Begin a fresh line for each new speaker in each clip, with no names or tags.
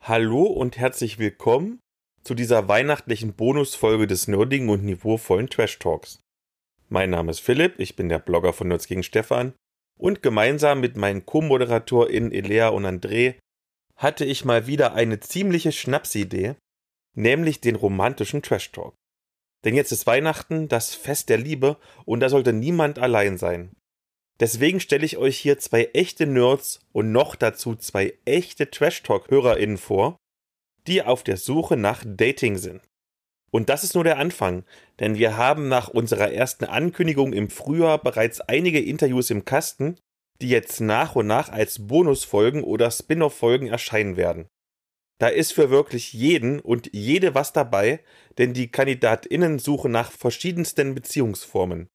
Hallo und herzlich willkommen zu dieser weihnachtlichen Bonusfolge des nerdigen und niveauvollen Trash Talks. Mein Name ist Philipp, ich bin der Blogger von Nerds gegen Stefan und gemeinsam mit meinen Co-ModeratorInnen Elea und André hatte ich mal wieder eine ziemliche Schnapsidee, nämlich den romantischen Trash Talk. Denn jetzt ist Weihnachten, das Fest der Liebe und da sollte niemand allein sein. Deswegen stelle ich euch hier zwei echte Nerds und noch dazu zwei echte Trash Talk HörerInnen vor, die auf der Suche nach Dating sind. Und das ist nur der Anfang, denn wir haben nach unserer ersten Ankündigung im Frühjahr bereits einige Interviews im Kasten, die jetzt nach und nach als Bonusfolgen oder Spin-off-Folgen erscheinen werden. Da ist für wirklich jeden und jede was dabei, denn die KandidatInnen suchen nach verschiedensten Beziehungsformen.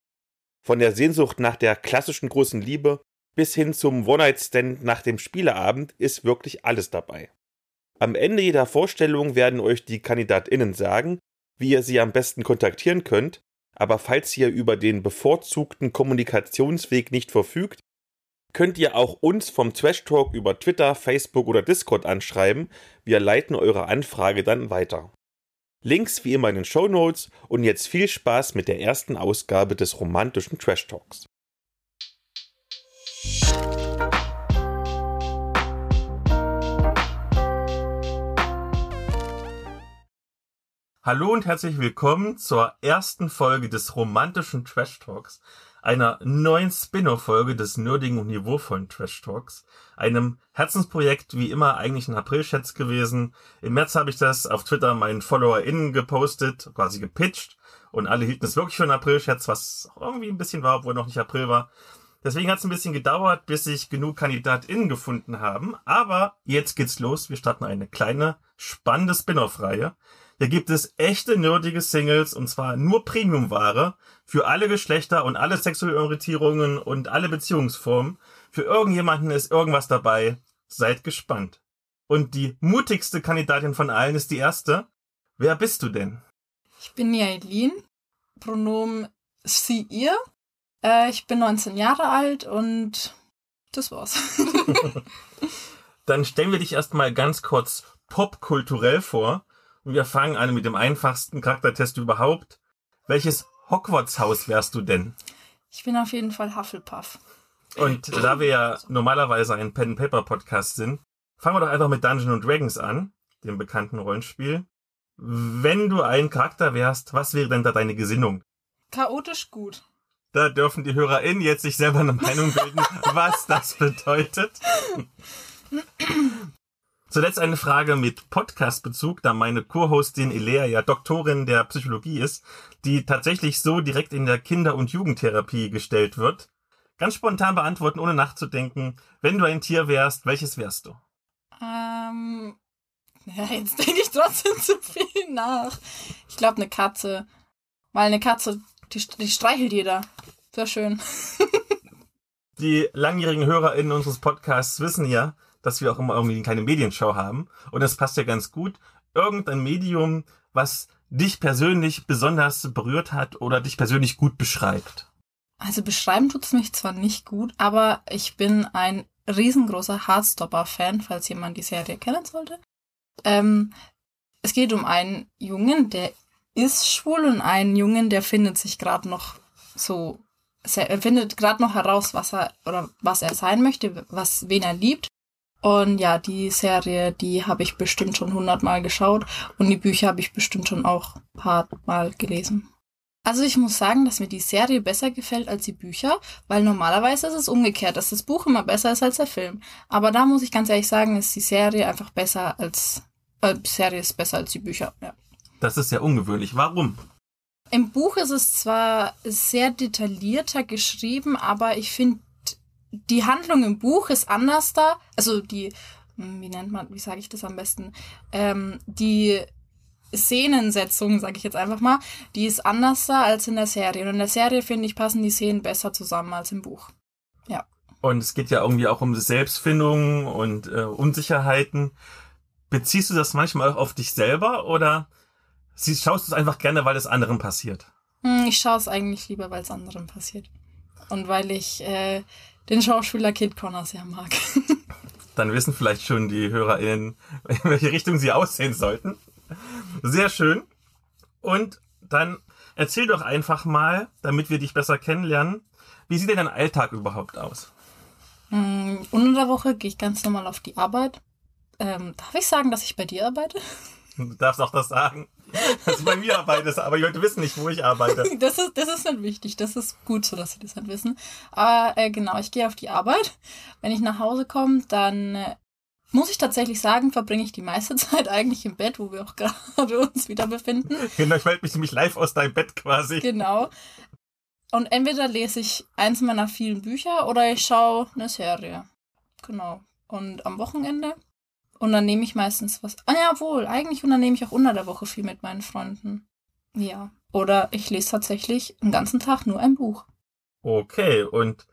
Von der Sehnsucht nach der klassischen großen Liebe bis hin zum One-Night-Stand nach dem Spieleabend ist wirklich alles dabei. Am Ende jeder Vorstellung werden euch die KandidatInnen sagen, wie ihr sie am besten kontaktieren könnt, aber falls ihr über den bevorzugten Kommunikationsweg nicht verfügt, könnt ihr auch uns vom Trash Talk über Twitter, Facebook oder Discord anschreiben. Wir leiten eure Anfrage dann weiter. Links wie immer in den Show Notes und jetzt viel Spaß mit der ersten Ausgabe des romantischen Trash Talks. Hallo und herzlich willkommen zur ersten Folge des romantischen Trash Talks, einer neuen Spin-off-Folge des nerdigen und niveauvollen Trash Talks, einem Herzensprojekt, wie immer eigentlich ein April-Schätz gewesen. Im März habe ich das auf Twitter meinen FollowerInnen gepostet, quasi gepitcht und alle hielten es wirklich für einen April-Schätz, was irgendwie ein bisschen war, obwohl noch nicht April war. Deswegen hat es ein bisschen gedauert, bis sich genug KandidatInnen gefunden haben, aber jetzt geht's los. Wir starten eine kleine, spannende Spin-off-Reihe. Hier gibt es echte nerdige Singles und zwar nur Premium-Ware für alle Geschlechter und alle sexuellen Orientierungen und alle Beziehungsformen. Für irgendjemanden ist irgendwas dabei. Seid gespannt. Und die mutigste Kandidatin von allen ist die erste. Wer bist du denn?
Ich bin Jailin, Pronomen sie, ihr. Äh, ich bin 19 Jahre alt und das war's.
Dann stellen wir dich erstmal ganz kurz popkulturell vor. Und wir fangen an mit dem einfachsten Charaktertest überhaupt. Welches Hogwarts-Haus wärst du denn?
Ich bin auf jeden Fall Hufflepuff.
Und da wir ja normalerweise ein Pen-Paper-Podcast sind, fangen wir doch einfach mit Dungeons Dragons an, dem bekannten Rollenspiel. Wenn du ein Charakter wärst, was wäre denn da deine Gesinnung?
Chaotisch gut.
Da dürfen die HörerInnen jetzt sich selber eine Meinung bilden, was das bedeutet. Zuletzt eine Frage mit Podcast-Bezug, da meine Co-Hostin Elea ja Doktorin der Psychologie ist, die tatsächlich so direkt in der Kinder- und Jugendtherapie gestellt wird. Ganz spontan beantworten, ohne nachzudenken. Wenn du ein Tier wärst, welches wärst du?
Ähm, ja, jetzt denke ich trotzdem zu viel nach. Ich glaube, eine Katze. Weil eine Katze, die, die streichelt jeder. Sehr schön.
Die langjährigen HörerInnen unseres Podcasts wissen ja, dass wir auch immer irgendwie eine kleine Medienschau haben. Und das passt ja ganz gut. Irgendein Medium, was dich persönlich besonders berührt hat oder dich persönlich gut beschreibt.
Also beschreiben tut's mich zwar nicht gut, aber ich bin ein riesengroßer Heartstopper-Fan, falls jemand die Serie kennen sollte. Ähm, es geht um einen Jungen, der ist schwul und einen Jungen, der findet sich gerade noch so, er findet gerade noch heraus, was er oder was er sein möchte, was wen er liebt. Und ja, die Serie, die habe ich bestimmt schon hundertmal geschaut und die Bücher habe ich bestimmt schon auch ein paar Mal gelesen. Also ich muss sagen, dass mir die Serie besser gefällt als die Bücher, weil normalerweise ist es umgekehrt, dass das Buch immer besser ist als der Film. Aber da muss ich ganz ehrlich sagen, ist die Serie einfach besser als äh, die Serie ist besser als die Bücher. Ja.
Das ist ja ungewöhnlich. Warum?
Im Buch ist es zwar sehr detaillierter geschrieben, aber ich finde die Handlung im Buch ist anders da. Also die, wie nennt man, wie sage ich das am besten? Ähm, die Szenensetzung, sage ich jetzt einfach mal, die ist anders da als in der Serie. Und in der Serie, finde ich, passen die Szenen besser zusammen als im Buch. Ja.
Und es geht ja irgendwie auch um Selbstfindung und äh, Unsicherheiten. Beziehst du das manchmal auch auf dich selber oder schaust du es einfach gerne, weil es anderen passiert?
Hm, ich schaue es eigentlich lieber, weil es anderen passiert. Und weil ich äh, den Schauspieler Kid Connor sehr mag.
Dann wissen vielleicht schon die HörerInnen, in welche Richtung sie aussehen sollten. Sehr schön. Und dann erzähl doch einfach mal, damit wir dich besser kennenlernen, wie sieht denn dein Alltag überhaupt aus?
Mm, Unter der Woche gehe ich ganz normal auf die Arbeit. Ähm, darf ich sagen, dass ich bei dir arbeite?
Du darfst auch das sagen, dass du bei mir arbeitest, aber die Leute wissen nicht, wo ich arbeite.
Das ist, das ist nicht wichtig. Das ist gut so, dass sie das nicht wissen. Aber äh, genau, ich gehe auf die Arbeit. Wenn ich nach Hause komme, dann äh, muss ich tatsächlich sagen, verbringe ich die meiste Zeit eigentlich im Bett, wo wir auch gerade uns wieder befinden.
Genau, ich melde mich nämlich live aus deinem Bett quasi.
Genau. Und entweder lese ich eins meiner vielen Bücher oder ich schaue eine Serie. Genau. Und am Wochenende unternehme ich meistens was. Ah, jawohl, eigentlich unternehme ich auch unter der Woche viel mit meinen Freunden. Ja. Oder ich lese tatsächlich den ganzen Tag nur ein Buch.
Okay, und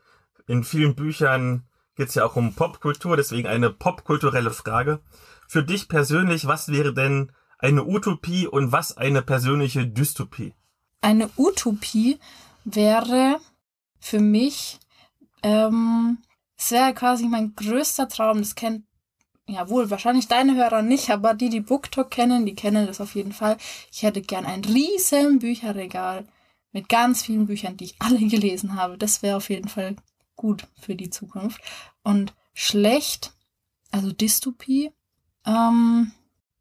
in vielen Büchern geht es ja auch um Popkultur, deswegen eine popkulturelle Frage. Für dich persönlich, was wäre denn eine Utopie und was eine persönliche Dystopie?
Eine Utopie wäre für mich, ähm, es wäre quasi mein größter Traum, das kennt jawohl, wahrscheinlich deine Hörer nicht, aber die, die BookTok kennen, die kennen das auf jeden Fall. Ich hätte gern ein riesen Bücherregal mit ganz vielen Büchern, die ich alle gelesen habe. Das wäre auf jeden Fall gut für die Zukunft. Und schlecht, also Dystopie, ähm,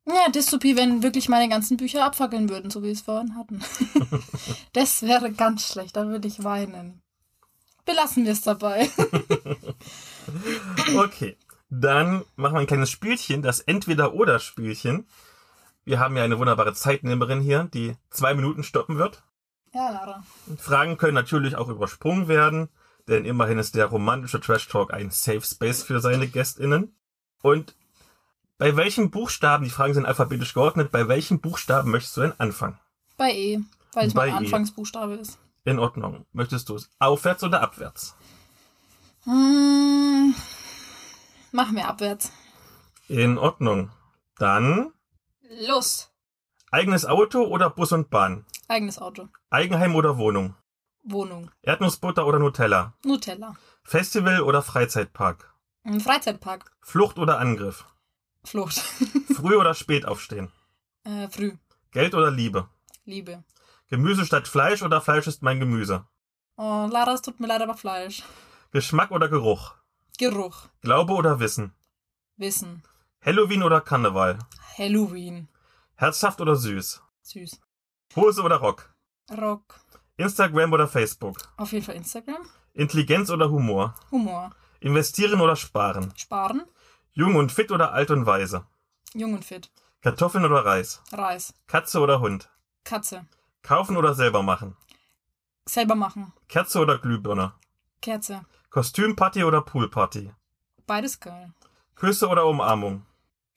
ja, Dystopie, wenn wirklich meine ganzen Bücher abfackeln würden, so wie wir es vorhin hatten. das wäre ganz schlecht, da würde ich weinen. Belassen wir es dabei.
Okay. Dann machen wir ein kleines Spielchen, das Entweder-Oder-Spielchen. Wir haben ja eine wunderbare Zeitnehmerin hier, die zwei Minuten stoppen wird.
Ja, Lara.
Fragen können natürlich auch übersprungen werden, denn immerhin ist der romantische Trash Talk ein Safe Space für seine GästInnen. Und bei welchen Buchstaben, die Fragen sind alphabetisch geordnet, bei welchen Buchstaben möchtest du denn anfangen?
Bei E, weil es
Bei
mein
E.
Anfangsbuchstabe ist.
In Ordnung. Möchtest du es aufwärts oder abwärts?
Hm, machen wir abwärts.
In Ordnung. Dann
Los.
eigenes Auto oder Bus und Bahn?
Eigenes Auto.
Eigenheim oder Wohnung?
Wohnung.
Erdnussbutter oder Nutella?
Nutella.
Festival oder Freizeitpark?
Ein Freizeitpark.
Flucht oder Angriff?
Flucht.
Früh oder spät aufstehen?
äh, früh.
Geld oder Liebe?
Liebe.
Gemüse statt Fleisch oder Fleisch ist mein Gemüse?
Oh, Lara, es tut mir leid, aber Fleisch.
Geschmack oder Geruch?
Geruch.
Glaube oder Wissen?
Wissen.
Halloween oder Karneval?
Halloween.
Herzhaft oder süß?
Süß.
Hose oder Rock?
Rock.
Instagram oder Facebook?
Auf jeden Fall Instagram.
Intelligenz oder Humor?
Humor.
Investieren oder sparen?
Sparen.
Jung und fit oder alt und weise?
Jung und fit.
Kartoffeln oder Reis?
Reis.
Katze oder Hund?
Katze.
Kaufen oder selber machen?
Selber machen.
Kerze oder Glühbirne?
Kerze.
Kostümparty oder Poolparty?
Beides geil.
Küsse oder Umarmung?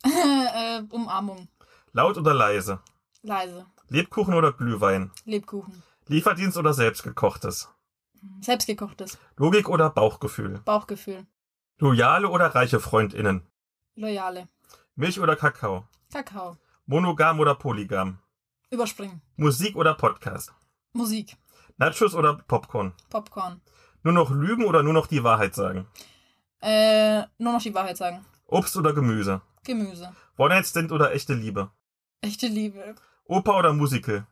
äh, Umarmung.
Laut oder leise?
Leise.
Lebkuchen oder Glühwein?
Lebkuchen.
Lieferdienst oder selbstgekochtes?
Selbstgekochtes.
Logik oder Bauchgefühl?
Bauchgefühl.
Loyale oder reiche FreundInnen?
Loyale.
Milch oder Kakao?
Kakao.
Monogam oder Polygam?
Überspringen.
Musik oder Podcast?
Musik.
Nachos oder Popcorn?
Popcorn.
Nur noch Lügen oder nur noch die Wahrheit sagen?
Äh, nur noch die Wahrheit sagen.
Obst oder Gemüse?
Gemüse.
One-Night-Stand oder echte Liebe?
Echte Liebe.
Oper oder Musical?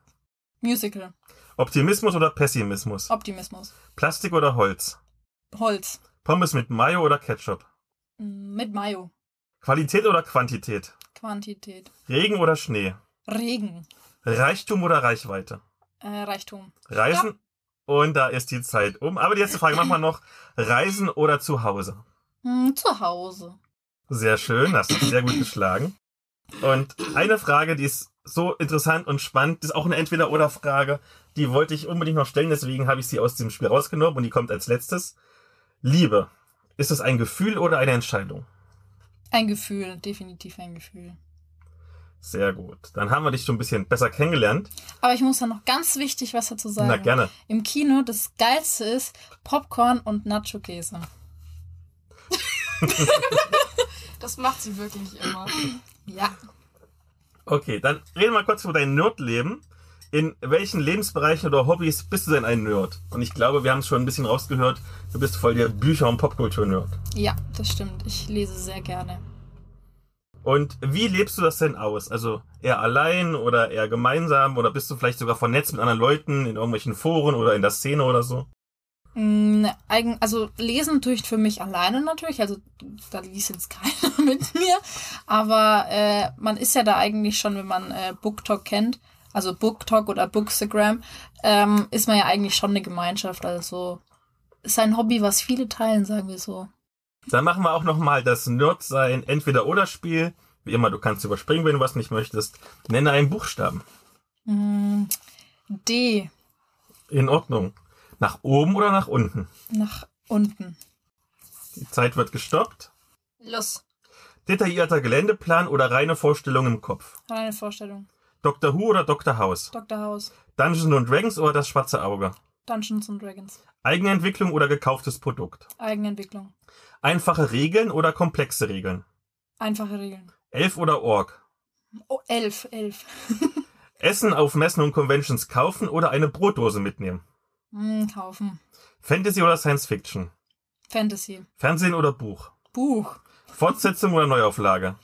Musical.
Optimismus oder Pessimismus?
Optimismus.
Plastik oder Holz?
Holz.
Pommes mit Mayo oder Ketchup?
Mm, Mit Mayo.
Qualität oder Quantität?
Quantität.
Regen oder Schnee?
Regen.
Reichtum oder Reichweite?
Äh, Reichtum.
Reisen und da ist die Zeit um. Aber die letzte Frage machen wir noch. Reisen oder zu Hause?
Hm, zu Hause.
Sehr schön, hast du sehr gut geschlagen. Und eine Frage, die ist so interessant und spannend, ist auch eine Entweder-Oder-Frage, die wollte ich unbedingt noch stellen, deswegen habe ich sie aus dem Spiel rausgenommen und die kommt als letztes. Liebe, ist es ein Gefühl oder eine Entscheidung?
Ein Gefühl. Definitiv ein Gefühl.
Sehr gut. Dann haben wir dich schon ein bisschen besser kennengelernt.
Aber ich muss da noch ganz wichtig was dazu sagen.
Na gerne.
Im Kino das Geilste ist Popcorn und Nacho-Käse.
Das macht sie wirklich immer.
Ja.
Okay, dann reden wir kurz über dein Nerdleben. in welchen Lebensbereichen oder Hobbys bist du denn ein Nerd? Und ich glaube, wir haben es schon ein bisschen rausgehört, du bist voll der Bücher- und Popkultur-Nerd.
Ja, das stimmt. Ich lese sehr gerne.
Und wie lebst du das denn aus? Also eher allein oder eher gemeinsam oder bist du vielleicht sogar vernetzt mit anderen Leuten in irgendwelchen Foren oder in der Szene oder so?
Mm, eigen- Also lesen tue ich für mich alleine natürlich, also da liest jetzt keiner mit mir, aber äh, man ist ja da eigentlich schon, wenn man äh, BookTok kennt, also BookTok oder Bookstagram, ähm, ist man ja eigentlich schon eine Gemeinschaft, also ist ein Hobby, was viele teilen, sagen wir so.
Dann machen wir auch nochmal das Nerdsein Entweder-Oder-Spiel. Wie immer, du kannst überspringen, wenn du was nicht möchtest. Nenne einen Buchstaben.
Mm, D
In Ordnung. Nach oben oder nach unten?
nach unten.
Die Zeit wird gestoppt.
Los.
Detaillierter Geländeplan oder reine Vorstellung im Kopf?
Reine Vorstellung.
Doctor Who oder Doctor House?
Dr. House,
Dungeons and Dragons oder das schwarze Auge?
Dungeons and Dragons,
Eigenentwicklung oder gekauftes Produkt?
Eigenentwicklung,
Einfache Regeln oder komplexe Regeln?
einfache Regeln.
Elf oder Org?
Oh, elf, elf.
Essen auf Messen und Conventions kaufen oder eine Brotdose mitnehmen?
Mm, kaufen.
Fantasy oder Science Fiction?
Fantasy.
Fernsehen oder Buch?
Buch.
Fortsetzung oder Neuauflage?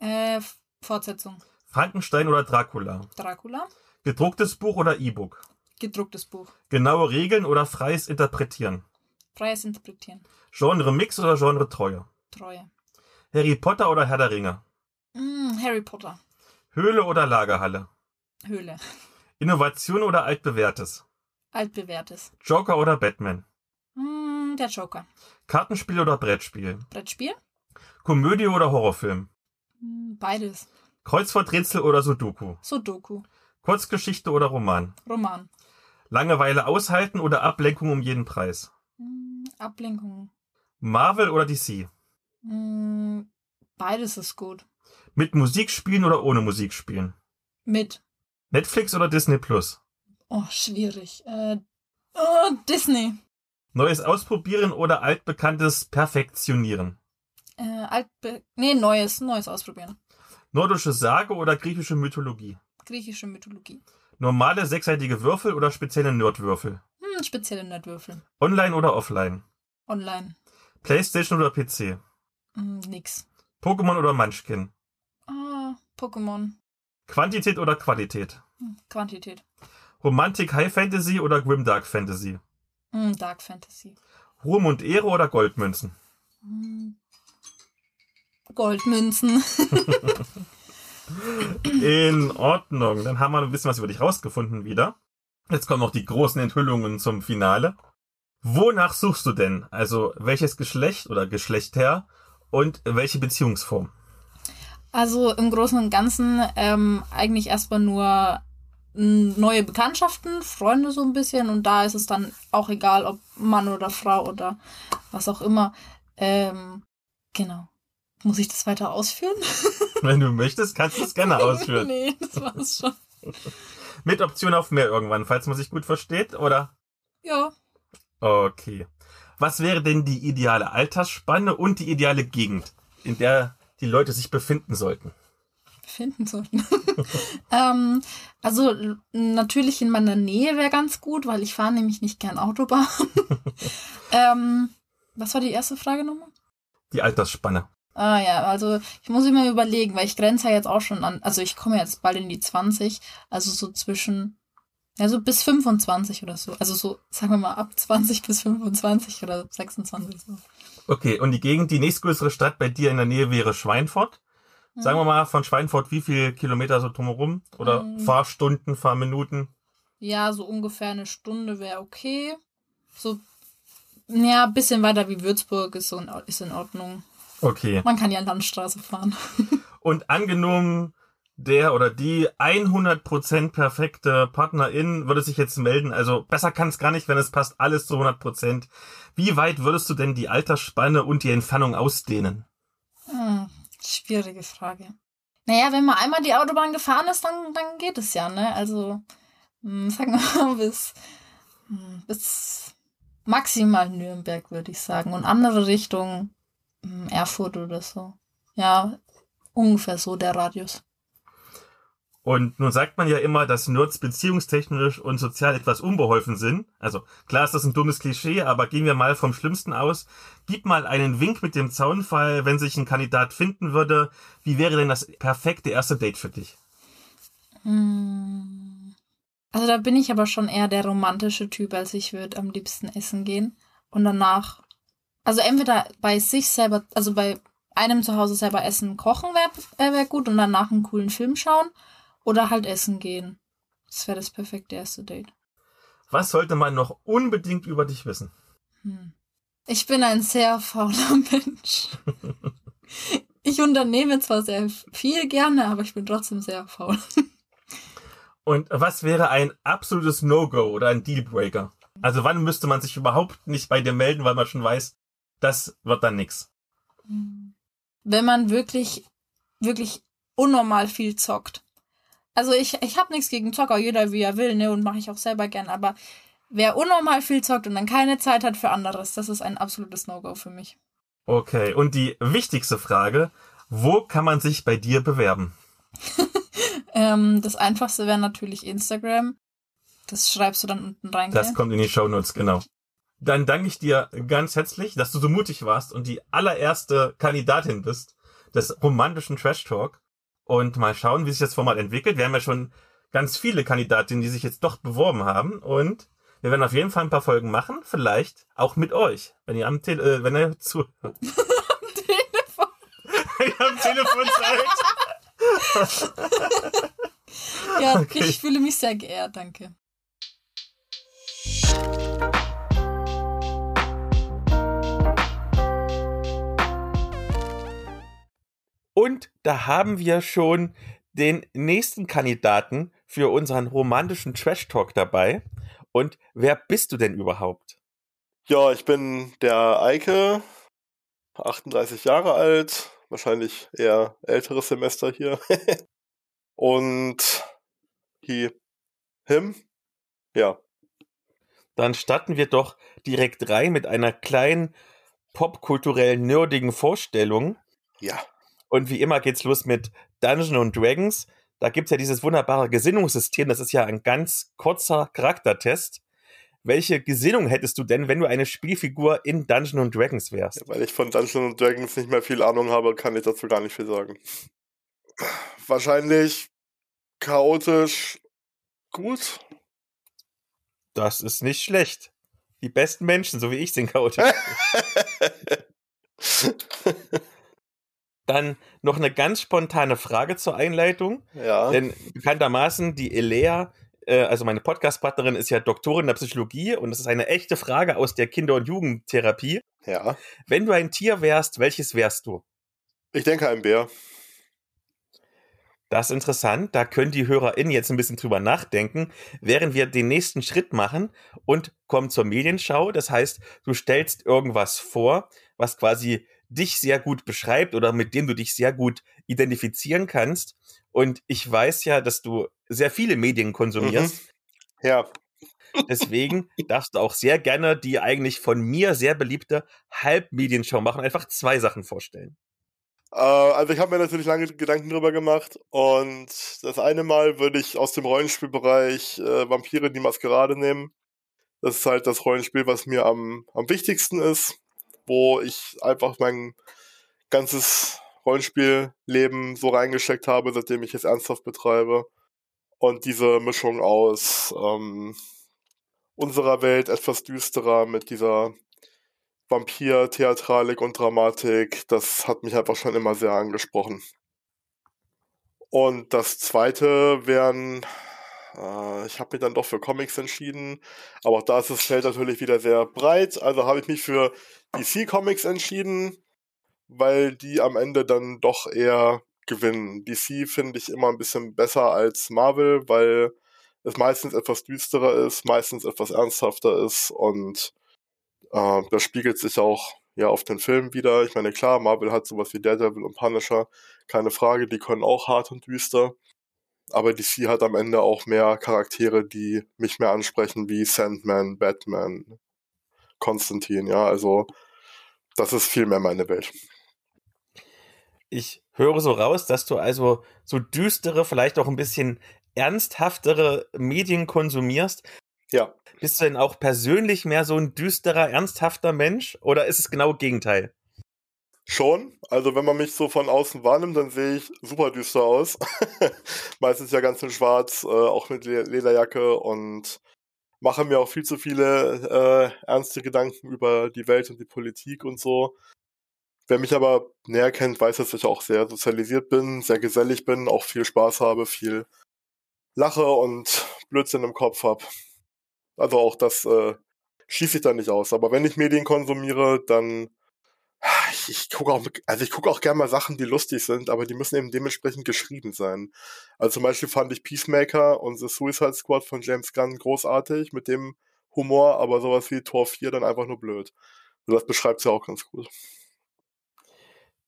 Äh, F- Fortsetzung.
Frankenstein oder Dracula?
Dracula.
Gedrucktes Buch oder E-Book?
Gedrucktes Buch.
Genaue Regeln oder freies Interpretieren?
Freies Interpretieren.
Genre Mix oder Genre Treue?
Treue.
Harry Potter oder Herr der Ringe?
Mm, Harry Potter.
Höhle oder Lagerhalle?
Höhle.
Innovation oder altbewährtes?
Altbewährtes.
Joker oder Batman?
Mm, der Joker.
Kartenspiel oder Brettspiel?
Brettspiel.
Komödie oder Horrorfilm?
Mm, beides.
Kreuzworträtsel oder Sudoku?
Sudoku.
Kurzgeschichte oder Roman?
Roman.
Langeweile aushalten oder Ablenkung um jeden Preis?
Mm, Ablenkung.
Marvel oder DC?
Mm, beides ist gut.
Mit Musik spielen oder ohne Musik spielen?
Mit.
Netflix oder Disney Plus?
Oh, schwierig. Äh, oh, Disney.
Neues ausprobieren oder altbekanntes perfektionieren?
Äh, Altbe nee, neues. Neues ausprobieren.
Nordische Sage oder griechische Mythologie?
Griechische Mythologie.
Normale sechsseitige Würfel oder spezielle Nerdwürfel?
Hm, spezielle Nerdwürfel.
Online oder offline?
Online.
Playstation oder PC?
Mm, nix.
Pokémon oder Munchkin?
Ah, Pokémon.
Quantität oder Qualität?
Hm, Quantität.
Romantik High Fantasy oder Grimdark Fantasy?
Hm, Dark Fantasy.
Ruhm und Ehre oder Goldmünzen?
Hm. Goldmünzen.
In Ordnung. Dann haben wir ein bisschen was über dich rausgefunden wieder. Jetzt kommen noch die großen Enthüllungen zum Finale. Wonach suchst du denn? Also welches Geschlecht oder Geschlechter und welche Beziehungsform?
Also im Großen und Ganzen ähm, eigentlich erstmal nur m, neue Bekanntschaften, Freunde so ein bisschen und da ist es dann auch egal, ob Mann oder Frau oder was auch immer. Ähm, genau. Muss ich das weiter ausführen?
Wenn du möchtest, kannst du es gerne ausführen.
nee, das war's schon.
Mit Option auf mehr irgendwann, falls man sich gut versteht, oder?
Ja,
Okay. Was wäre denn die ideale Altersspanne und die ideale Gegend, in der die Leute sich befinden sollten?
finden sollten. ähm, also l- natürlich in meiner Nähe wäre ganz gut, weil ich fahre nämlich nicht gern Autobahn. ähm, was war die erste Frage nochmal?
Die Altersspanne.
Ah ja, also ich muss immer überlegen, weil ich grenze ja jetzt auch schon an, also ich komme jetzt bald in die 20, also so zwischen, ja so bis 25 oder so. Also so, sagen wir mal, ab 20 bis 25 oder 26 so.
Okay, und die Gegend, die nächstgrößere Stadt bei dir in der Nähe wäre Schweinfurt. Sagen wir mal, von Schweinfurt wie viel Kilometer so drumherum? Oder
Ähm.
Fahrstunden, Fahrminuten?
Ja, so ungefähr eine Stunde wäre okay. So, ja, ein bisschen weiter wie Würzburg ist, so in, Or- ist in Ordnung.
Okay.
Man kann ja Landstraße fahren.
Und angenommen, der oder die 100% perfekte Partnerin würde sich jetzt melden. Also besser kann es gar nicht, wenn es passt, alles zu 100%. Wie weit würdest du denn die Altersspanne und die Entfernung ausdehnen?
Hm, schwierige Frage. Naja, wenn man einmal die Autobahn gefahren ist, dann, dann geht es ja, ne? Also, hm, sagen wir mal, bis, hm, bis maximal Nürnberg, würde ich sagen. Und andere Richtung hm, Erfurt oder so. Ja, ungefähr so der Radius.
Und nun sagt man ja immer, dass Nerds beziehungstechnisch und sozial etwas unbeholfen sind. Also klar ist das ein dummes Klischee, aber gehen wir mal vom Schlimmsten aus. Gib mal einen Wink mit dem Zaunfall, wenn sich ein Kandidat finden würde. Wie wäre denn das perfekte erste Date für dich?
Mm. Also da bin ich aber schon eher der romantische Typ, als ich würde am liebsten essen gehen und danach, also entweder bei sich selber, also bei einem zu Hause selber essen, kochen wäre äh, wär gut und danach einen coolen Film schauen oder halt essen gehen. Das wäre das perfekte erste Date.
Was sollte man noch unbedingt über dich wissen?
Hm. Ich bin ein sehr fauler Mensch. Ich unternehme zwar sehr viel gerne, aber ich bin trotzdem sehr faul.
Und was wäre ein absolutes No-Go oder ein Dealbreaker? Also wann müsste man sich überhaupt nicht bei dir melden, weil man schon weiß, das wird dann nix.
Mhm. Wenn man wirklich, wirklich unnormal viel zockt. Also ich, ich habe nichts gegen Zocker, jeder wie er will, ne, und mache ich auch selber gern, aber wer unnormal viel zockt und dann keine Zeit hat für anderes, das ist ein absolutes No-Go für mich.
Okay, und die wichtigste Frage, wo kann man sich bei dir bewerben?
ähm, das einfachste wäre natürlich Instagram. Das schreibst du dann unten rein.
Das
gell?
kommt in die Shownotes, genau. Dann danke ich dir ganz herzlich, dass du so mutig warst und die allererste Kandidatin bist des romantischen Trash Talk. Und mal schauen, wie sich das Format entwickelt. Wir haben ja schon ganz viele Kandidatinnen, die sich jetzt doch beworben haben. Und wir werden auf jeden Fall ein paar Folgen machen. Vielleicht auch mit euch, wenn ihr am Tele äh, wenn ihr zu
Telefon.
wenn ihr am Telefon seid.
Ja,
Okay.
ich fühle mich sehr geehrt, danke.
Und da haben wir schon den nächsten Kandidaten für unseren romantischen Trash Talk dabei. Und wer bist du denn überhaupt?
Ja, ich bin der Eike, 38 Jahre alt, wahrscheinlich eher älteres Semester hier. Und he, him, ja,
Dann starten wir doch direkt rein mit einer kleinen popkulturellen, nerdigen Vorstellung.
ja,
Und wie immer geht's los mit Dungeons und Dragons. Da gibt's ja dieses wunderbare Gesinnungssystem. Das ist ja ein ganz kurzer Charaktertest. Welche Gesinnung hättest du denn, wenn du eine Spielfigur in Dungeons und Dragons wärst?
weil ich von Dungeons Dragons nicht mehr viel Ahnung habe, kann ich dazu gar nicht viel sagen. Wahrscheinlich chaotisch gut.
Das ist nicht schlecht. Die besten Menschen, so wie ich, sind chaotisch. Dann noch eine ganz spontane Frage zur Einleitung.
ja,
Denn bekanntermaßen, die Elea, äh, also meine Podcast-Partnerin, ist ja Doktorin der Psychologie und das ist eine echte Frage aus der Kinder- und Jugendtherapie.
ja.
Wenn du ein Tier wärst, welches wärst du?
Ich denke ein Bär.
Das ist interessant. Da können die HörerInnen jetzt ein bisschen drüber nachdenken, während wir den nächsten Schritt machen und kommen zur Medienschau. Das heißt, du stellst irgendwas vor, was quasi dich sehr gut beschreibt oder mit dem du dich sehr gut identifizieren kannst. Und ich weiß ja, dass du sehr viele Medien konsumierst.
Ja,
Deswegen darfst du auch sehr gerne die eigentlich von mir sehr beliebte Halbmedienschau machen. Einfach zwei Sachen vorstellen.
Äh, also ich habe mir natürlich lange Gedanken drüber gemacht und das eine Mal würde ich aus dem Rollenspielbereich äh, Vampire die Maskerade nehmen. Das ist halt das Rollenspiel, was mir am, am wichtigsten ist, wo ich einfach mein ganzes Rollenspielleben so reingesteckt habe, seitdem ich es ernsthaft betreibe. Und diese Mischung aus ähm, unserer Welt etwas düsterer mit dieser Vampir, Theatralik und Dramatik, das hat mich einfach schon immer sehr angesprochen. Und das zweite wären, äh, ich habe mich dann doch für Comics entschieden, aber auch da ist das Feld natürlich wieder sehr breit, also habe ich mich für DC Comics entschieden, weil die am Ende dann doch eher gewinnen. DC finde ich immer ein bisschen besser als Marvel, weil es meistens etwas düsterer ist, meistens etwas ernsthafter ist und äh, das spiegelt sich auch ja auf den Film wieder. Ich meine, klar, Marvel hat sowas wie Daredevil und Punisher, keine Frage, die können auch hart und düster. Aber DC hat am Ende auch mehr Charaktere, die mich mehr ansprechen, wie Sandman, Batman, Konstantin, ja, also das ist viel mehr meine Welt.
Ich höre so raus, dass du also so düstere, vielleicht auch ein bisschen ernsthaftere Medien konsumierst.
Ja.
Bist du denn auch persönlich mehr so ein düsterer, ernsthafter Mensch oder ist es genau Gegenteil?
Schon. Also wenn man mich so von außen wahrnimmt, dann sehe ich super düster aus. Meistens ja ganz in schwarz, äh, auch mit Le Lederjacke und mache mir auch viel zu viele äh, ernste Gedanken über die Welt und die Politik und so. Wer mich aber näher kennt, weiß, dass ich auch sehr sozialisiert bin, sehr gesellig bin, auch viel Spaß habe, viel lache und Blödsinn im Kopf habe. Also auch das äh, schieße ich da nicht aus. Aber wenn ich Medien konsumiere, dann ich, ich gucke auch, also ich gucke auch gerne mal Sachen, die lustig sind, aber die müssen eben dementsprechend geschrieben sein. Also zum Beispiel fand ich Peacemaker und The Suicide Squad von James Gunn großartig mit dem Humor, aber sowas wie Tor 4 dann einfach nur blöd. Und das beschreibt ja auch ganz gut.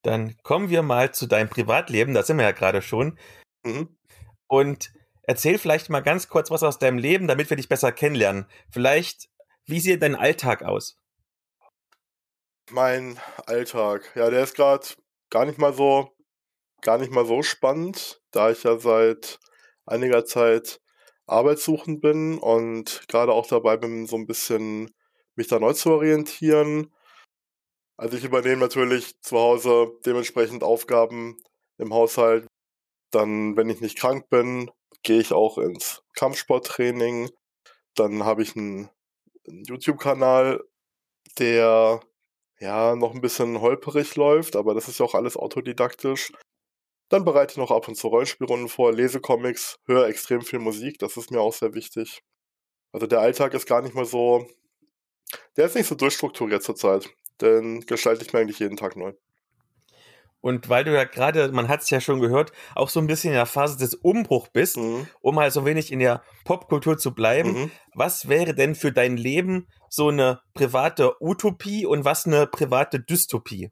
Dann kommen wir mal zu deinem Privatleben, da sind wir ja gerade schon.
Mhm.
Und erzähl vielleicht mal ganz kurz was aus deinem Leben, damit wir dich besser kennenlernen. Vielleicht, wie sieht dein Alltag aus?
Mein Alltag, ja, der ist gerade gar nicht mal so, gar nicht mal so spannend, da ich ja seit einiger Zeit arbeitssuchend bin und gerade auch dabei bin, so ein bisschen mich da neu zu orientieren. Also ich übernehme natürlich zu Hause dementsprechend Aufgaben im Haushalt. Dann, wenn ich nicht krank bin, gehe ich auch ins Kampfsporttraining. Dann habe ich einen, einen YouTube-Kanal, der ja noch ein bisschen holperig läuft, aber das ist ja auch alles autodidaktisch. Dann bereite ich noch ab und zu Rollenspielrunden vor, lese Comics, höre extrem viel Musik, das ist mir auch sehr wichtig. Also der Alltag ist gar nicht mal so, der ist nicht so durchstrukturiert zurzeit, denn gestalte ich mir eigentlich jeden Tag neu.
Und weil du ja gerade, man hat es ja schon gehört, auch so ein bisschen in der Phase des Umbruchs bist,
Mhm.
um halt so wenig in der Popkultur zu bleiben,
Mhm.
was wäre denn für dein Leben so eine private Utopie und was eine private Dystopie?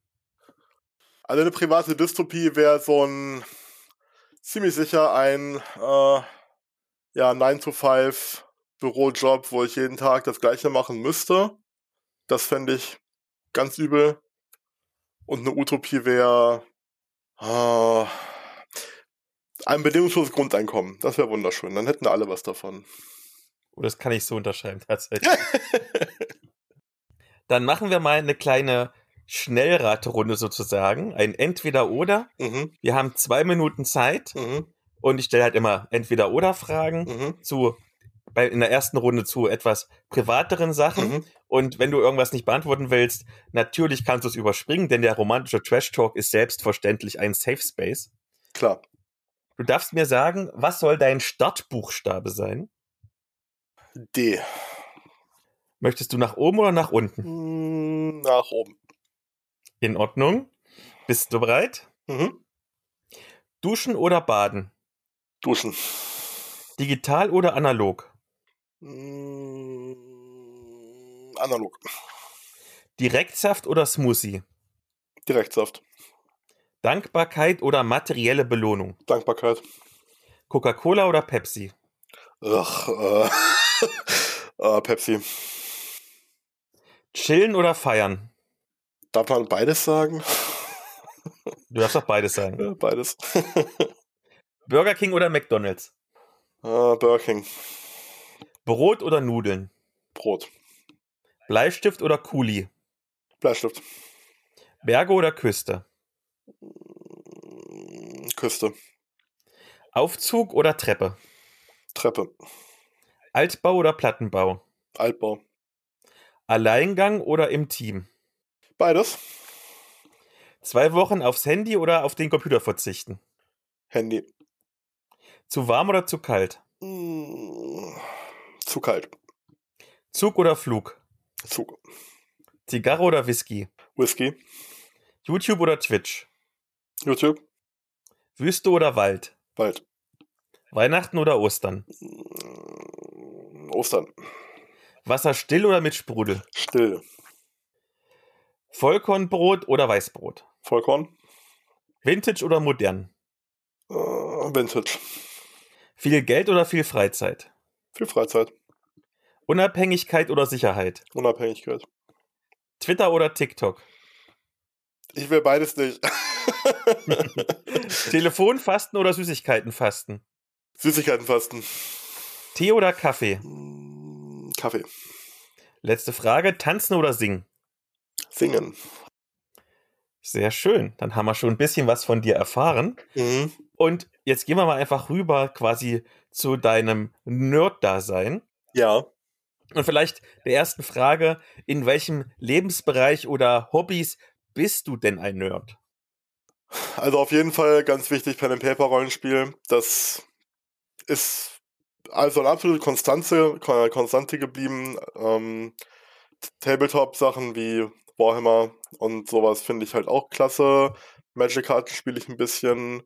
Also eine private Dystopie wäre so ein ziemlich sicher ein äh, ja, 9 to 5 Bürojob, wo ich jeden Tag das gleiche machen müsste. Das fände ich ganz übel. Und eine Utopie wäre äh, ein bedingungsloses Grundeinkommen. Das wäre wunderschön. Dann hätten alle was davon.
Oh, das kann ich so unterschreiben tatsächlich. Dann machen wir mal eine kleine Schnellraterunde sozusagen, ein Entweder-Oder.
Mhm,
Wir haben zwei Minuten Zeit
mhm,
und ich stelle halt immer Entweder-Oder-Fragen
mhm,
zu bei, in der ersten Runde zu etwas privateren Sachen.
mhm.
Und wenn du irgendwas nicht beantworten willst, natürlich kannst du es überspringen, denn der romantische Trash Talk ist selbstverständlich ein Safe Space.
Klar.
Du darfst mir sagen, was soll dein Startbuchstabe sein?
D.
Möchtest du nach oben oder nach unten?
Mm, Nach oben.
In Ordnung. Bist du bereit?
Mhm.
Duschen oder baden?
Duschen.
Digital oder analog?
Mm, Analog.
Direktsaft oder Smoothie?
Direktsaft.
Dankbarkeit oder materielle Belohnung?
Dankbarkeit.
Coca-Cola oder Pepsi?
Ach, äh, äh, Pepsi.
Chillen oder feiern?
Darf man beides sagen?
Du darfst doch beides sagen.
Ja, beides.
Burger King oder McDonald's?
äh, Birking.
Brot oder Nudeln?
Brot.
Bleistift oder Kuli?
Bleistift.
Berge oder Küste?
Mm, Küste.
Aufzug oder Treppe?
Treppe.
Altbau oder Plattenbau?
Altbau.
Alleingang oder im Team?
Beides.
Zwei Wochen aufs Handy oder auf den Computer verzichten?
Handy.
Zu warm oder zu kalt?
Mm, Zu kalt.
Zug oder Flug?
Zug.
Zigarre oder Whisky?
Whisky.
YouTube oder Twitch?
YouTube.
Wüste oder Wald?
Wald.
Weihnachten oder Ostern?
Mm, Ostern.
Wasser still oder mit Sprudel?
Still.
Vollkornbrot oder Weißbrot?
Vollkorn.
Vintage oder modern?
Äh, Vintage.
Viel Geld oder viel Freizeit?
Viel Freizeit.
Unabhängigkeit oder Sicherheit?
Unabhängigkeit.
Twitter oder TikTok?
Ich will beides nicht.
Telefonfasten oder Süßigkeitenfasten?
Süßigkeitenfasten.
Tee oder Kaffee?
Mm, Kaffee.
Letzte Frage, tanzen oder singen?
Singen.
Sehr schön. Dann haben wir schon ein bisschen was von dir erfahren.
Mhm.
Und jetzt gehen wir mal einfach rüber quasi zu deinem Nerd-Dasein.
Ja.
Und vielleicht der ersten Frage, in welchem Lebensbereich oder Hobbys bist du denn ein Nerd?
Also auf jeden Fall ganz wichtig Pen and Paper Rollenspiel. Das ist also eine absolute Konstanze, Kon- Konstante geblieben. Ähm, T- Tabletop-Sachen wie Warhammer und sowas finde ich halt auch klasse. Magic-Karten spiele ich ein bisschen.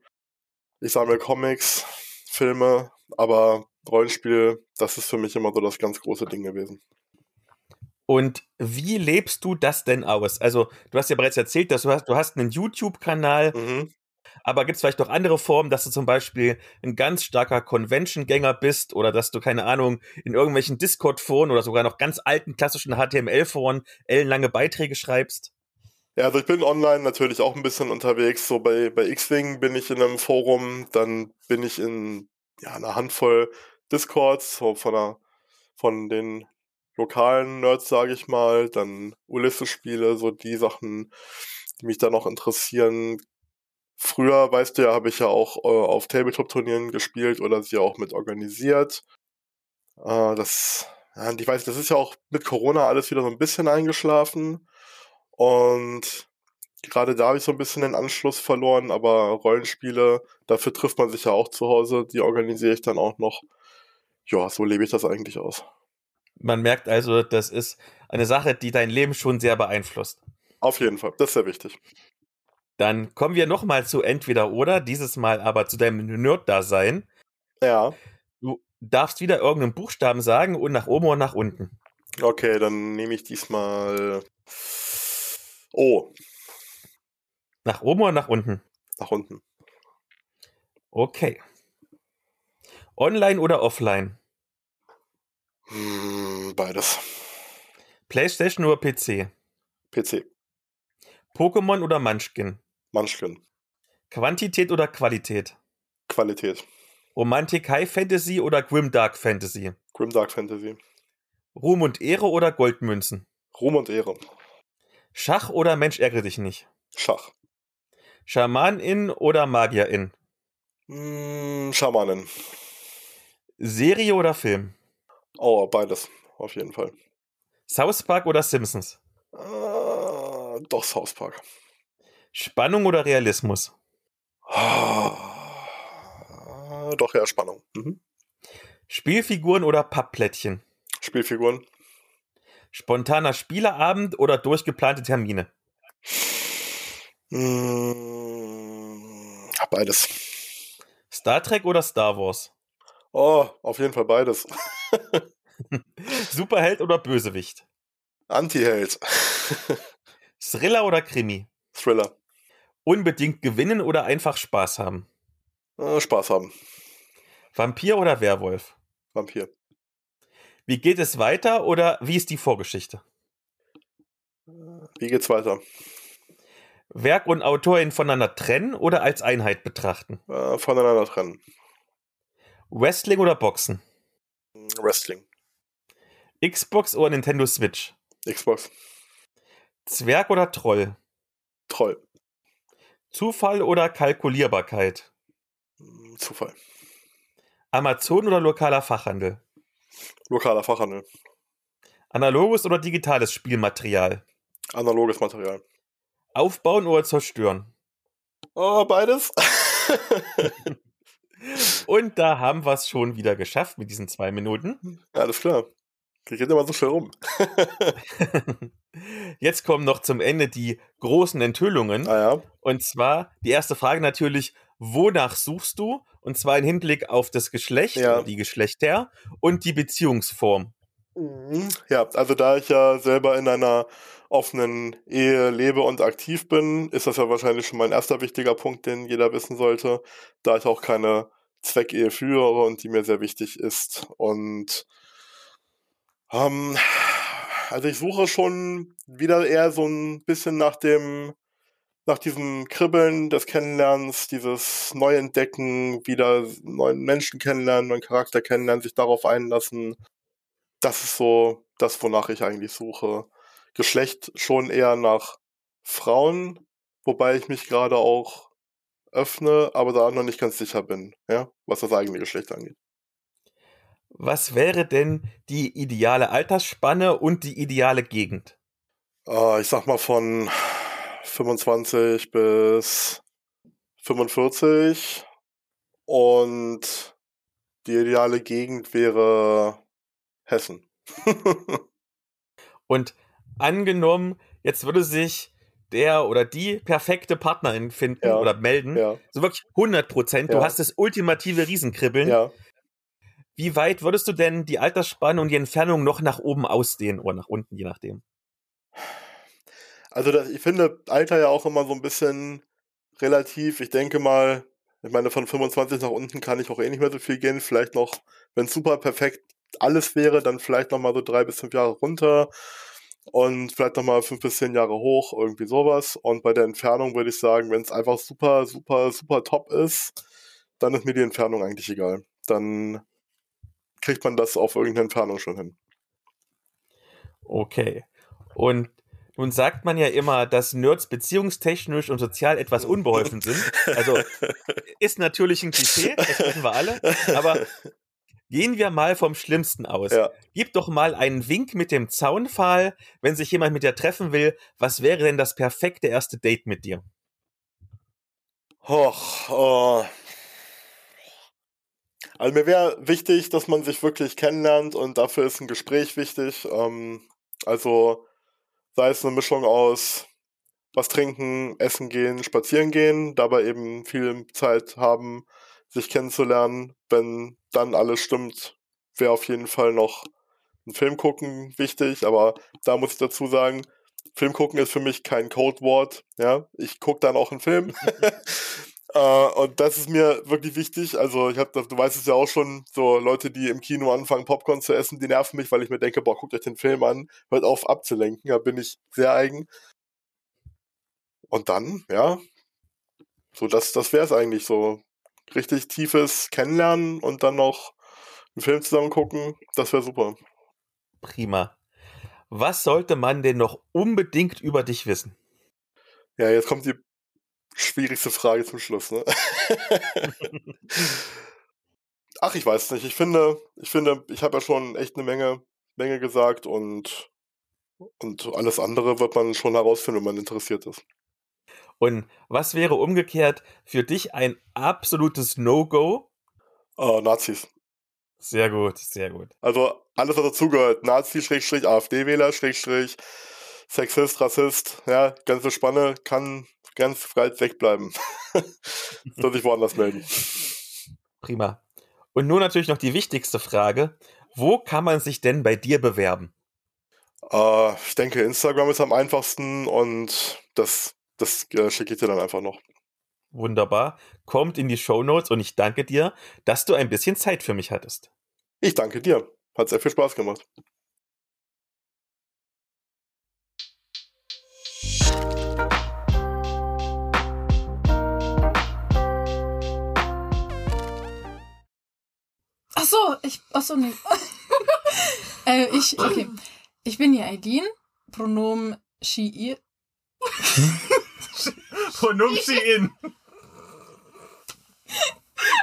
Ich sammle Comics, Filme, aber Rollenspiel, das ist für mich immer so das ganz große Ding gewesen.
Und wie lebst du das denn aus? Also, du hast ja bereits erzählt, dass du hast, du hast einen YouTube-Kanal,
Mhm.
aber gibt es vielleicht noch andere Formen, dass du zum Beispiel ein ganz starker Convention-Gänger bist oder dass du, keine Ahnung, in irgendwelchen Discord-Foren oder sogar noch ganz alten klassischen HTML-Foren ellenlange Beiträge schreibst?
Ja, also ich bin online natürlich auch ein bisschen unterwegs. So bei, bei X-Wing bin ich in einem Forum, dann bin ich in ja, einer Handvoll Discords, so von, der, von den lokalen Nerds, sage ich mal, dann Ulysses-Spiele, so die Sachen, die mich da noch interessieren. Früher, weißt du ja, habe ich ja auch äh, auf Tabletop-Turnieren gespielt oder sie auch mit organisiert. Äh, das, ja, und ich weiß, das ist ja auch mit Corona alles wieder so ein bisschen eingeschlafen. Und gerade da habe ich so ein bisschen den Anschluss verloren, aber Rollenspiele, dafür trifft man sich ja auch zu Hause, die organisiere ich dann auch noch. Ja, so lebe ich das eigentlich aus.
Man merkt also, das ist eine Sache, die dein Leben schon sehr beeinflusst.
Auf jeden Fall, das ist sehr wichtig.
Dann kommen wir nochmal zu entweder oder, dieses Mal aber zu deinem Nerd-Dasein.
Ja,
Du darfst wieder irgendeinen Buchstaben sagen und nach oben und nach unten.
okay, dann nehme ich diesmal. Oh,
Nach oben und nach unten.
nach unten.
Okay. Online oder offline?
Hm, beides.
PlayStation oder PC?
PC,
Pokémon oder Munchkin?
Munchkin,
Quantität oder Qualität?
Qualität,
Romantik High Fantasy oder Grimdark Fantasy?
Grimdark Fantasy,
Ruhm und Ehre oder Goldmünzen?
Ruhm und Ehre,
Schach oder Mensch ärgere dich nicht?
Schach,
Schamanin oder Magierin?
hm, Schamanen.
Serie oder Film?
Oh, beides, auf jeden Fall.
South Park oder Simpsons?
Ah, doch, South Park.
Spannung oder Realismus?
Ah, doch, ja, Spannung. Mhm.
Spielfiguren oder Pappplättchen?
Spielfiguren.
Spontaner Spieleabend oder durchgeplante Termine?
Mm, beides.
Star Trek oder Star Wars?
Oh, auf jeden Fall beides.
Superheld oder Bösewicht?
Anti-Held.
Thriller oder Krimi?
Thriller.
Unbedingt gewinnen oder einfach Spaß haben?
Äh, Spaß haben.
Vampir oder Werwolf?
Vampir.
Wie geht es weiter oder wie ist die Vorgeschichte?
Wie geht's weiter?
Werk und Autorin voneinander trennen oder als Einheit betrachten?
Äh, voneinander trennen.
Wrestling oder Boxen?
Wrestling.
Xbox oder Nintendo Switch?
Xbox.
Zwerg oder Troll?
Troll.
Zufall oder Kalkulierbarkeit?
Mm, Zufall.
Amazon oder lokaler Fachhandel?
Lokaler Fachhandel.
Analoges oder digitales Spielmaterial?
Analoges Material.
Aufbauen oder zerstören?
Oh, beides.
Und da haben wir es schon wieder geschafft mit diesen zwei Minuten.
Alles klar. Die geht immer so schnell rum.
Jetzt kommen noch zum Ende die großen Enthüllungen.
Naja.
Und zwar die erste Frage natürlich, wonach suchst du? Und zwar im Hinblick auf das Geschlecht,
Ja.
die Geschlechter und die Beziehungsform.
Mhm. Ja, also da ich ja selber in einer offenen Ehe lebe und aktiv bin, ist das ja wahrscheinlich schon mein erster wichtiger Punkt, den jeder wissen sollte, da ich auch keine Zweckehe führe und die mir sehr wichtig ist. Und ähm, also ich suche schon wieder eher so ein bisschen nach dem nach diesem Kribbeln des Kennenlernens, dieses Neuentdecken, wieder neuen Menschen kennenlernen, neuen Charakter kennenlernen, sich darauf einlassen. Das ist so das, wonach ich eigentlich suche. Geschlecht schon eher nach Frauen, wobei ich mich gerade auch öffne, aber da noch nicht ganz sicher bin, ja, was das eigene Geschlecht angeht.
Was wäre denn die ideale Altersspanne und die ideale Gegend?
Äh, ich sag mal von 25 bis 45 und die ideale Gegend wäre Hessen.
und angenommen, jetzt würde sich der oder die perfekte Partnerin finden
Ja.
oder melden,
ja,
so wirklich 100 Prozent, du
Ja.
hast das ultimative Riesenkribbeln.
ja.
Wie weit würdest du denn die Altersspanne und die Entfernung noch nach oben ausdehnen oder nach unten, je nachdem?
Also das, ich finde Alter ja auch immer so ein bisschen relativ. Ich denke mal, ich meine, von 25 nach unten kann ich auch eh nicht mehr so viel gehen. Vielleicht noch, wenn super perfekt alles wäre, dann vielleicht noch mal so drei bis fünf Jahre runter und vielleicht noch mal fünf bis zehn Jahre hoch, irgendwie sowas. Und bei der Entfernung würde ich sagen, wenn es einfach super, super, super top ist, dann ist mir die Entfernung eigentlich egal. Dann kriegt man das auf irgendeine Entfernung schon hin.
Okay. Und nun sagt man ja immer, dass Nerds beziehungstechnisch und sozial etwas unbeholfen sind. Also ist natürlich ein Klischee, das wissen wir alle. Aber gehen wir mal vom Schlimmsten aus.
Ja.
Gib doch mal einen Wink mit dem Zaunpfahl, wenn sich jemand mit dir treffen will. Was wäre denn das perfekte erste Date mit dir?
Och, oh. Also mir wäre wichtig, dass man sich wirklich kennenlernt und dafür ist ein Gespräch wichtig. Ähm, also sei es eine Mischung aus was trinken, essen gehen, spazieren gehen, dabei eben viel Zeit haben, sich kennenzulernen. Wenn dann alles stimmt, wäre auf jeden Fall noch ein Film gucken wichtig, aber da muss ich dazu sagen, Film gucken ist für mich kein Codewort. Ja, ich gucke dann auch einen Film. äh, und das ist mir wirklich wichtig. Also ich habe, du weißt es ja auch schon, so Leute, die im Kino anfangen Popcorn zu essen, die nerven mich, weil ich mir denke, boah, guckt euch den Film an, hört auf abzulenken. Da bin ich sehr eigen. Und dann, ja, so das, das wäre es eigentlich so. Richtig tiefes Kennenlernen und dann noch einen Film zusammen gucken, das wäre super.
Prima. Was sollte man denn noch unbedingt über dich wissen?
Ja, jetzt kommt die schwierigste Frage zum Schluss, ne? Ach, ich weiß nicht. Ich finde, ich finde, ich habe ja schon echt eine Menge, Menge gesagt und, und alles andere wird man schon herausfinden, wenn man interessiert ist.
Und was wäre umgekehrt für dich ein absolutes No-Go?
Äh, Nazis.
Sehr gut, sehr gut.
Also alles, was dazugehört. Nazi, Schrägstrich, AfD-Wähler, Schrägstrich, Sexist, Rassist. Ja, ganze Spanne kann ganz weit wegbleiben. Soll sich woanders melden.
Prima. Und nun natürlich noch die wichtigste Frage. Wo kann man sich denn bei dir bewerben?
Äh, ich denke, Instagram ist am einfachsten und das, das äh, schicke ich dir dann einfach noch.
Wunderbar. Kommt in die Shownotes und ich danke dir, dass du ein bisschen Zeit für mich hattest.
Ich danke dir. Hat sehr viel Spaß gemacht.
Ach so, ich. Ach so, nee. äh, ich, okay. Ich bin ja Aidin, Pronomen she, ihr.
Pronumsi in.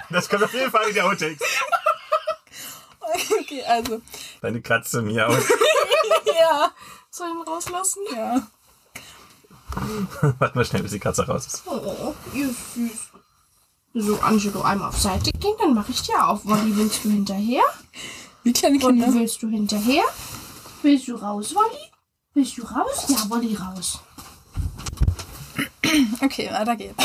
Das kommt auf jeden Fall in die Outtakes.
Okay, also.
Deine Katze miaut.
Ja,
Soll ich ihn rauslassen?
ja.
Warte mal schnell, bis die Katze raus ist.
Oh, ihr süß. So, Angelo, einmal auf Seite gehen, dann mache ich dir auf. Wolli, willst du hinterher?
Wie kleine
Wolli,
Kinder.
willst du hinterher? Willst du raus, Wolli? Willst du raus? Ja, Wolli, raus.
Okay, weiter geht's.